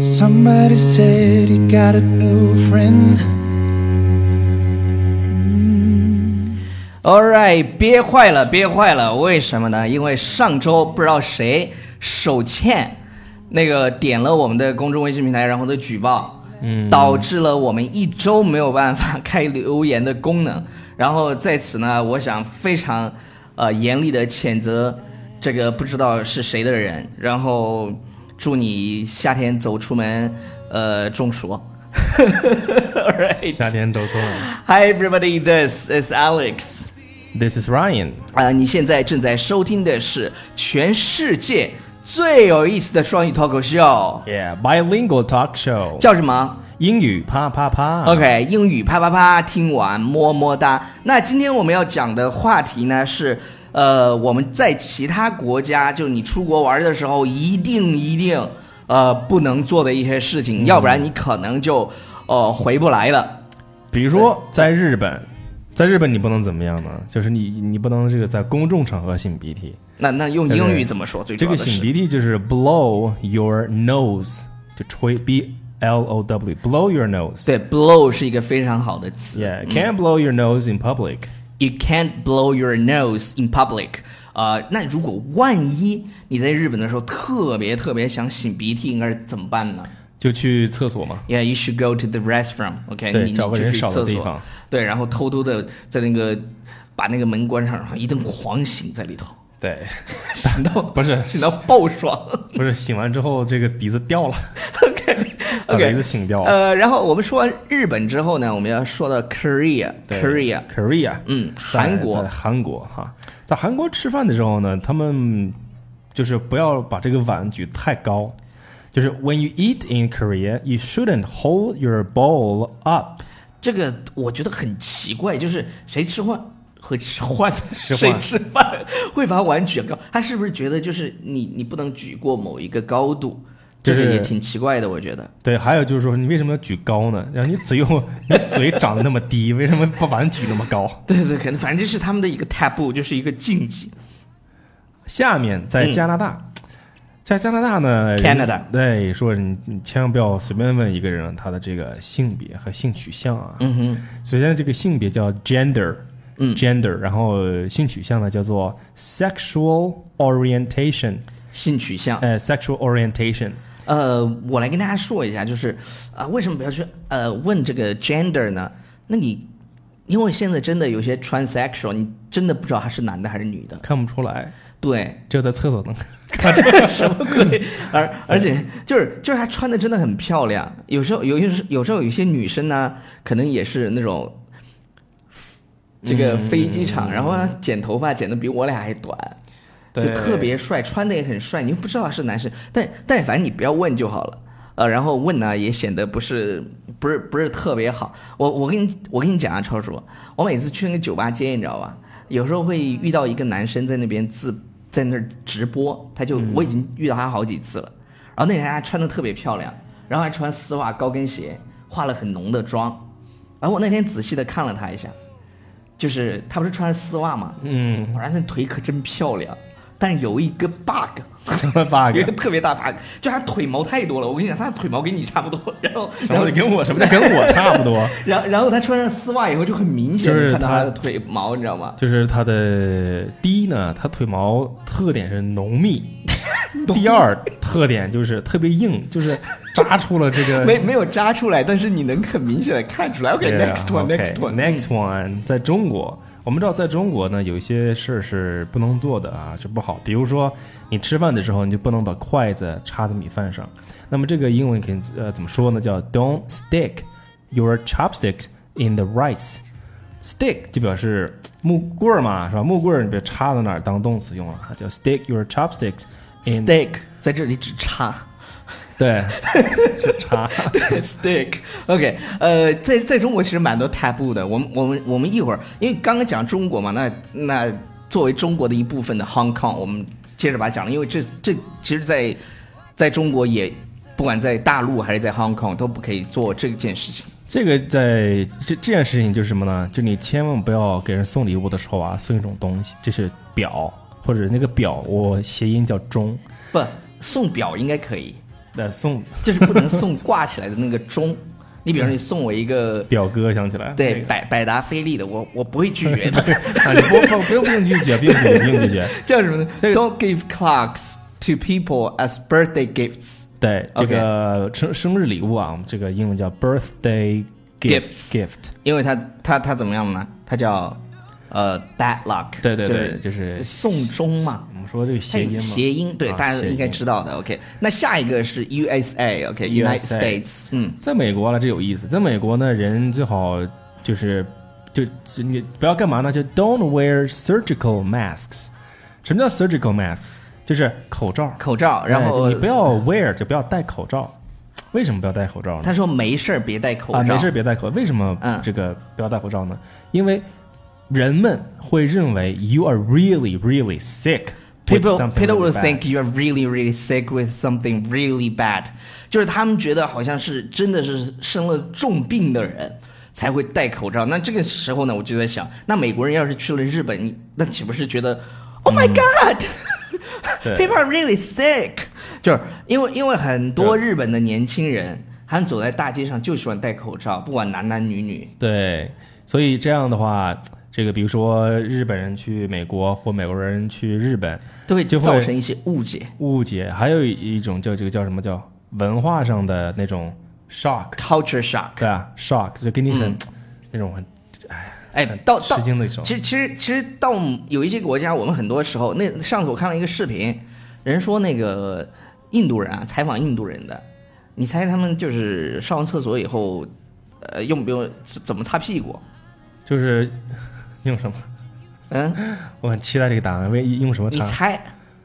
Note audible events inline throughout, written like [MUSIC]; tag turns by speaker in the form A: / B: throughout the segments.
A: Somebody said you got a new friend.
B: All right，憋坏了，憋坏了，为什么呢？因为上周不知道谁手欠，那个点了我们的公众微信平台，然后的举报，嗯，导致了我们一周没有办法开留言的功能。然后在此呢，我想非常呃严厉的谴责这个不知道是谁的人，然后祝你夏天走出门呃中暑。All right,
C: 夏天都送了。
B: hi everybody, this is Alex.
C: This is Ryan，
B: 啊、你现在正在收听的是全世界最有意思的双语脱口秀，
C: yeah，bilingual talk show，
B: 叫什么、
C: 英语啪啪啪。
B: o k 英语啪啪啪，听完么么哒。那今天我们要讲的话题呢是，呃，我们在其他国家，就你出国玩的时候，一定一定，呃，不能做的一些事
C: 嗯
B: 情，要不然你可能就，呃，回不来了。
C: 比如说在日本，在日本你不能怎么样呢？就是你你不能这个在公众场合擤鼻涕，
B: 那那用英语怎么说？最主
C: 这
B: 要
C: 个
B: 的是
C: 擤鼻涕就是 blow your nose，就吹 b l o w，blow your nose。
B: 对，blow 是一个非常好的词。
C: Yeah，can't blow your nose in public。
B: You can't blow your nose in public。啊，那如果万一你在日本的时候特别特别想擤鼻涕，应该是怎么办呢
C: 就去厕所嘛。
B: ？Yeah, you should go to the restroom. OK，
C: 对
B: 哎你
C: 找个
B: 你就
C: 人
B: 去
C: 少的
B: 厕
C: 地
B: 所
C: 方。
B: 对，然后偷偷的在那个把那个门关上，然后一顿狂擤在里头， [LAUGHS]
C: 对，
B: 擤到
C: 不是
B: 擤到爆爽。 [LAUGHS]
C: 不是擤完之后这个鼻子掉了，把鼻
B: OK，
C: 子擤掉了。
B: 呃，然后我们说完日本之后呢，我们要说到 Korea，Korea，
C: Korea，
B: 嗯，
C: 在
B: 韩国
C: 在。韩国哈，在韩国吃饭的时候呢，他们就是不要把这个碗举太高。就是 when you eat in Korea, you shouldn't hold your bowl up。
B: 这个我觉得很奇怪，就是谁吃饭会吃饭，
C: 吃
B: 谁
C: 饭
B: 吃饭会把碗举高？他是不是觉得就是你你不能举过某一个高度？这
C: 就
B: 个
C: 是
B: 也挺奇怪的，我觉得。
C: 对，还有就是说，你为什么要举高呢？然后你嘴又你嘴长得那么低，为什么把碗举那么高？
B: 对对，可能反正这是他们的一个 taboo，就是一个禁忌。
C: 下面在加拿大，在加拿大呢
B: 嗯 Canada
C: 人对，说你你千万不要随便问一个人他的这个性别和性取向啊。
B: 嗯哼，
C: 首先这个性别叫 gender，
B: 嗯
C: ，gender，然后性取向呢叫做 sexual orientation，
B: 性取向。
C: 呃，sexual orientation，
B: 呃，我来跟大家说一下，就是啊、为什么不要去呃问这个 gender 呢？那你因为现在真的有些 transsexual，你真的不知道他是男的还是女的。
C: 看不出来，
B: 对，
C: 只有在厕所能。
B: 什么鬼？ [LAUGHS] 而而且就是就是她穿的真的很漂亮，有时候有些有时候有些女生呢，可能也是那种。这个飞机场，然后呢，剪头发剪的比我俩还短，就
C: 对
B: 特别帅，穿的也很帅，你又不知道是男生，但但凡你不要问就好了，呃，然后问呢也显得不是不是不是特别好。我我跟你我跟你讲啊，超叔，我每次去那个酒吧街，你知道吧，有时候会遇到一个男生在那边自在那儿直播，他
C: 嗯
B: 就、我已经遇到他好几次了。然后那天还穿的特别漂亮，然后还穿丝袜、高跟鞋，化了很浓的妆。然后我那天仔细的看了他一下，就是他不是穿着丝袜嘛，
C: 嗯，
B: 我然后那腿可真漂亮，但是有一个 bug，
C: 什么 bug？
B: 有一个特别大 bug，就他腿毛太多了。我跟你讲，他的腿毛跟你差不多，然后
C: 什
B: 然
C: 么
B: 后
C: 叫跟我什么叫跟我差不多？
B: 然后然后他穿上丝袜以后就很明显
C: 就
B: 的
C: 是
B: 看到
C: 他
B: 他的腿毛，你知道吗？
C: [LAUGHS] 就是它的第一呢，它腿毛特点是浓 [LAUGHS] 密；第二特点就是特别硬，就是扎出了这个。
B: 没没有扎出来，但是你能很明显的看出来。
C: [LAUGHS] Yeah,
B: OK，next
C: OK,
B: one，next one，next
C: next one，在中国，我们知道，在中国呢，有一些事儿是不能做的啊，是不好。比如说，你吃饭的时候，你就不能把筷子插在米饭上。那么这个英文可以呃怎么说呢？叫 Don't stick your chopsticks in the rice。Stick 就表示木棍儿嘛，是吧？木棍儿你别插到哪儿当动词用了啊，叫 stick your chopsticks in
B: steak 在这里只插。
C: 对，是插。
B: [LAUGHS] Stick。OK，呃，在在中国其实蛮多 taboo 的。我们我们我们一会儿，因为刚刚讲中国嘛，那那作为中国的一部分的 Hong Kong，我们接着把它讲了，因为这这其实在，在中国也不管在大陆还是在 Hong Kong 都不可以做这件事情。
C: 这个在这这件事情就是什么呢？就你千万不要给人送礼物的时候啊，送一种东西，这是表或者那个表，我谐音叫钟。
B: 不，送表应该可以。
C: 那送
B: 就是不能送挂起来的那个钟。你比如说，你送我一个
C: [LAUGHS] 表哥想起来，
B: 对百百达翡丽的，我我不会拒绝的。
C: [LAUGHS] 啊，你不不不用不用拒绝，不用拒绝，不用拒 [LAUGHS] 绝。
B: 叫什么呢
C: 这个
B: ？Don't give clocks to people as birthday gifts。
C: 对，这
B: OK
C: 个生生日礼物啊，我们这个英文叫 birthday gift
B: Gifts
C: gift。
B: 因为它它它怎么样呢？它叫呃 bad luck。
C: 对对对，
B: 就是
C: 就是
B: 送钟嘛。
C: 我们说这个
B: 它
C: 谐
B: 有
C: 音嘛，
B: 谐音对，
C: 啊
B: 大家
C: 谐音
B: 应该知道的。OK，那下一个是 USA，OK，United
C: USA
B: States，嗯，
C: 在美国了，这有意思。在美国呢，人最好就是就就你不要干嘛呢？就 don't wear surgical masks。什么叫 surgical masks？就是口罩。
B: 口罩，然
C: 哎就
B: 后
C: 你不要 wear，就不要戴口罩。为什么不要戴口罩呢？
B: 他说没事儿别戴口罩，
C: 啊，没事，别戴口。为什么
B: 嗯
C: 这个不要戴口罩呢？因为人们会认为 you are really really sick with
B: People
C: something
B: people
C: really
B: will
C: bad
B: think you are really really sick with something really bad，就是他们觉得好像是真的是生了重病的人才会戴口罩。那这个时候呢，我就在想，那美国人要是去了日本，你那岂不是觉得 Oh my God？、
C: 嗯对
B: People are really sick，就是因为因为很多日本的年轻人，他们走在大街上就喜欢戴口罩，不管男男女女。
C: 对，所以这样的话，这个比如说日本人去美国或美国人去日本，
B: 都会
C: 就会
B: 造成一些误解
C: 误解，还有一种叫这个叫什么叫文化上的那种 shock，
B: ，culture shock。
C: 对啊，shock 就给你很、那种很
B: 哎，
C: 很
B: 到到
C: 吃惊的一种
B: 其实其实其实到有一些国家，我们很多时候，那上次我看了一个视频，人说那个印度人啊，采访印度人的，你猜他们就是上完厕所以后，呃，用不用怎么擦屁股？
C: 就是
B: [LAUGHS]
C: 用什么？
B: 嗯，
C: 我很期待这个答案，为用什么
B: 你
C: 查？
B: 猜？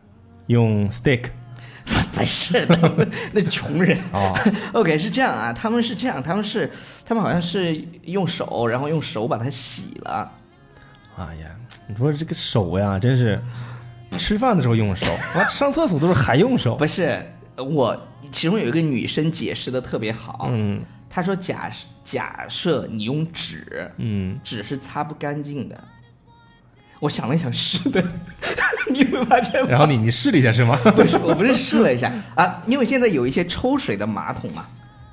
B: [LAUGHS]
C: 用 stick
B: 不是的，那穷人。
C: 啊、
B: [LAUGHS] OK，是这样啊，他们是这样，他们是他们好像是用手，然后用手把它洗了。
C: 哎呀，你说这个手呀，真是吃饭的时候用手，完上厕所都是还用手。
B: 不是呃我，其中有一个女生解释的特别好，
C: 嗯
B: 她说假设假设你用纸，
C: 嗯，
B: 纸是擦不干净的。我想了一想，是的， [LAUGHS] 你有没有发现吗？
C: 然后你你试了一下是吗？
B: 不是，我不是试了一下啊，因为现在有一些抽水的马桶嘛，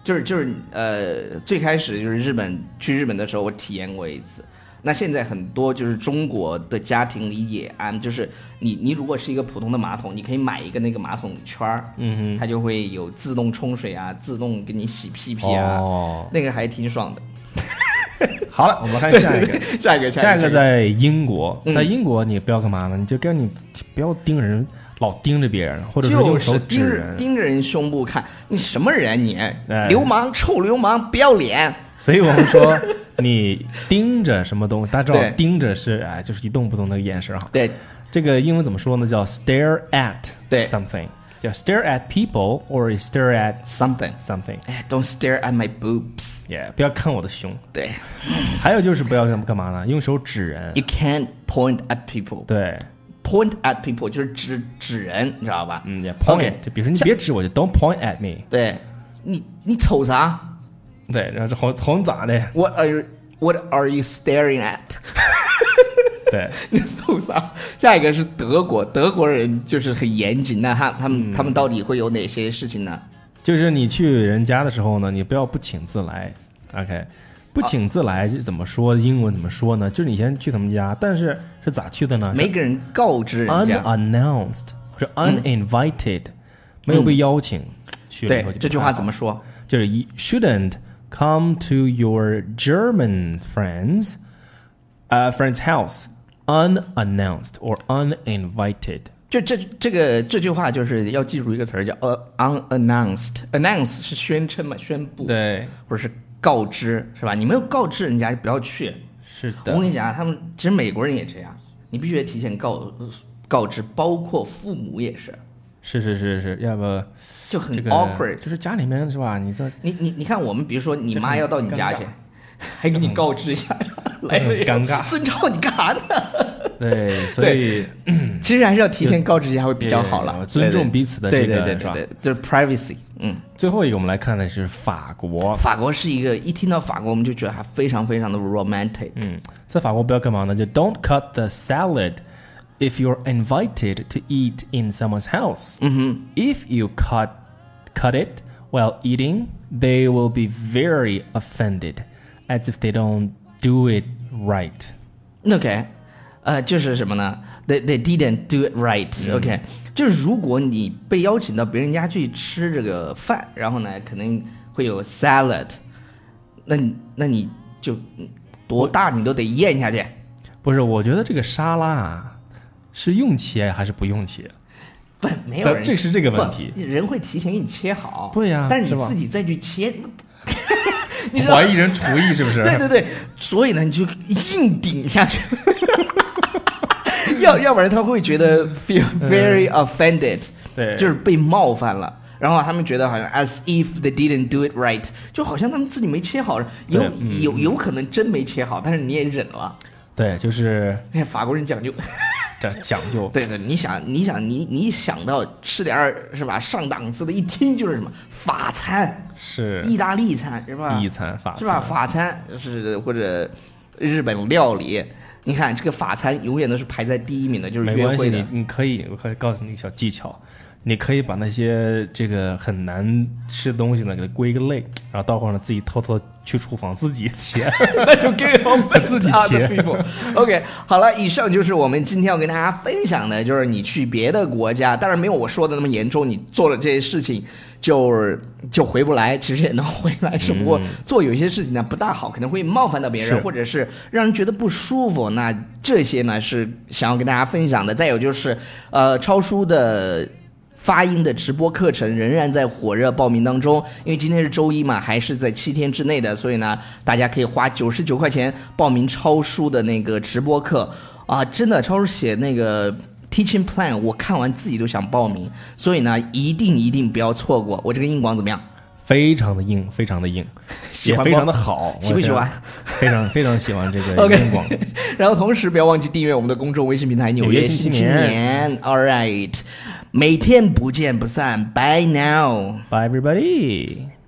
B: 就是就是呃，最开始就是日本去日本的时候，我体验过一次。那现在很多就是中国的家庭里也安，就是你你如果是一个普通的马桶，你可以买一个那个马桶圈儿，
C: 嗯
B: 它就会有自动冲水啊，自动给你洗屁屁
C: 哼，
B: 啊，
C: 哦，
B: 那个还挺爽的。
C: 好了，我们看下一个。
B: [LAUGHS] 下一个，
C: [LAUGHS] 下
B: 一
C: 一个
B: 个，
C: 在英国，
B: 嗯
C: 在英国你不要干嘛呢？你就跟你不要盯人，老盯着别人，或者说
B: 就
C: 用手
B: 是
C: 指
B: 盯着
C: 人。哎
B: 盯着人胸部看，你什么人啊你？流氓，臭流氓，不要脸！
C: 所以我们说，你盯着什么东西，大家知道
B: 对
C: 盯着是哎，就是一动不动的眼神哈。
B: 对，
C: 这个英文怎么说呢？叫 stare at
B: 对
C: something，叫 stare at people or stare at
B: something。
C: something。
B: 哎，don't stare at my boobs。
C: Yeah，不要看我的胸。
B: 对
C: 还有就是不要干干嘛呢？用手指人。
B: ，you can't point at people。
C: 对，
B: point at people 就是指指人，你知道吧？
C: 嗯，也
B: OK，
C: point，就比如说你别指我，就 don't point at me。
B: 对，你你瞅啥？
C: 对，然后这红红咋的？
B: What are you What are you staring at？ [LAUGHS]
C: 对。
B: 你瞅啥？下一个是德国，德国人就是很严谨那他他
C: 嗯
B: 们、他们到底会有哪些事情呢？
C: 就是你去人家的时候呢，你不要不请自来，OK？不请自来是怎么说？英文怎么说呢？就是你先去他们家，但是是咋去的呢？
B: 每个人告知
C: 啊
B: 人家。
C: unannounced 或者 uninvited，、没有被邀请。去了以
B: 对
C: 后就，
B: 这句话怎
C: 么
B: 么说？
C: 就是 you shouldn't come to your German friends, uh, friend's house unannounced or uninvited。
B: 就这这个这句话就是要记住一个词儿叫呃 unannounced。announce 是宣称嘛，宣布。
C: 对，
B: 或者是告知，是吧？你没有告知人家就不要去。
C: 是
B: 我跟你讲啊，他们其实美国人也这样，你必须得提前告告知，包括父母也是，
C: 是是是是，要不
B: 就很
C: 这个
B: awkward。
C: 就是家里面是吧？
B: [LAUGHS]
C: 你在
B: 你你你看，我们比如说你妈要到你家去
C: 这很尴，哎
B: 还给你告知一下，来
C: 很
B: 了
C: 尴尬
B: 孙超，你干啥呢？
C: 对，所以
B: 其实还是要提前告知一下会比较好了，
C: 尊重彼此的
B: 对
C: 这
B: 对
C: 个
B: 对
C: 是
B: 对
C: 吧
B: 对，就是 privacy。嗯，
C: 最后一个我们来看的是法国，
B: 法国是一个一听到法国我们就觉得它非常非常的 romantic。
C: 嗯，在法国不要干嘛呢？就 Don't cut the
B: Mm.
C: salad
B: 嗯
C: if you're invited to eat in someone's house. 嗯哼，If you cut cut it while eating, they will be very offended as if they don't do it right.
B: OK，呃，就是什么呢？They they didn't do it right、OK，就是如果你被邀请到别人家去吃这个饭，然后呢，可能会有 salad，那你那你就多大你都得咽下去。
C: 不是，我觉得这个沙拉啊，是用切还是不用切？
B: 不，没有人，
C: 这是这个问题
B: 不人会提前给你切好。
C: 对呀
B: 但是
C: 是
B: 你
C: 吧
B: 自己再去
C: [LAUGHS]
B: 切，你知道
C: 怀疑人厨艺是不是？
B: 对对对，所以呢，你就硬顶下去， [LAUGHS] 要要不然他会觉得 feel very offended，、
C: 嗯对
B: 就是被冒犯了。然后他们觉得好像 as if they didn't do it right，就好像他们自己没切好，有
C: 对嗯
B: 有有可能真没切好，但是你也忍了。
C: 对就是
B: 你看法国人讲究，
C: 这讲究。
B: 对对，你想你想你你想到吃点儿是吧上档次的，一听就是什么法餐、
C: 是
B: 意大利餐是吧？
C: 一餐法
B: 是吧？
C: 餐
B: 法餐是或者日本料理，你看这个法餐永远都是排在第一名的，就是
C: 没
B: 约
C: 关系，
B: 会
C: 你
B: 的。
C: 你可以，我可以告诉你一个小技巧，你可以把那些这个很难吃的东西呢，给它归个类，然后到会儿呢自己偷偷去厨房自己
B: [LAUGHS]
C: 切。
B: 那就给我们
C: 自己
B: other
C: 切
B: people。OK，好了，以上就是我们今天要跟大家分享的，就是你去别的国家，当然没有我说的那么严重，你做了这些事情就是就回不来，其实也能回来，只不过做有些事情呢不大好，可能会冒犯到别人，
C: 嗯是
B: 或者是让人觉得不舒服。那这些呢是想要跟大家分享的。再有就是，呃，超叔的。发音的直播课程仍然在火热报名当中，因为今天是周一嘛，还是在七天之内的，所以呢，大家可以花九十九块钱报名超叔的那个直播课啊！真的，超叔写那个 teaching plan，我看完自己都想报名，所以呢，一定一定不要错过。我这个硬广怎么样？
C: 非常的硬，非常的硬，
B: 喜
C: 也
B: 欢
C: 非
B: 吗
C: 常的好，
B: 喜不喜欢？
C: 非常非常喜欢这个
B: [LAUGHS] OK
C: 硬广。
B: 然后同时不要忘记订阅我们的公众微信平台《纽
C: 纽约
B: 新
C: 新青
B: 青年》。All right，每天不见不散。Bye now。
C: Bye everybody。